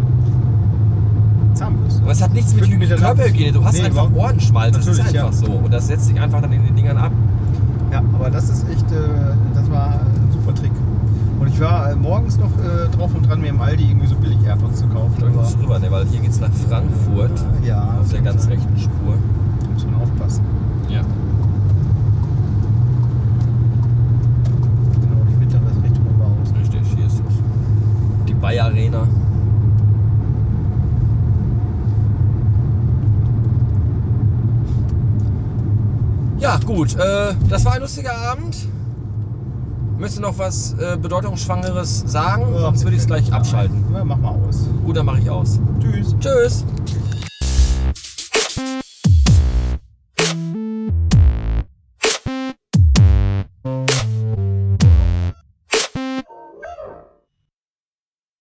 Zahnbürste.
Aber es hat nichts mit
Fünf Meter lang.
Körperhygiene, du hast
Nee,
einfach
überhaupt nicht.
Ohrenschmalz, das ist
Natürlich, ja.
einfach so. Und das setzt sich einfach dann in den Dingern ab.
Ja, aber das ist echt, äh, das war ein super Trick. Und ich war äh, morgens noch äh, drauf und dran, mir im Aldi irgendwie so billig AirPods zu kaufen.
Da
Aber,
muss rüber, ne, weil hier geht's nach Frankfurt
ja,
auf der ganz rechten Spur.
Da muss man aufpassen.
Ja.
Genau, die mittlere ist Richtung Oberhausen.
Richtig, hier ist es. Die Bayer Arena. Gut, äh, das war ein lustiger Abend. Möchtest du noch was äh, Bedeutungsschwangeres sagen? Sonst würde ich es gleich abschalten.
Ja, mach mal aus.
Gut, dann mache ich aus.
Tschüss.
Tschüss.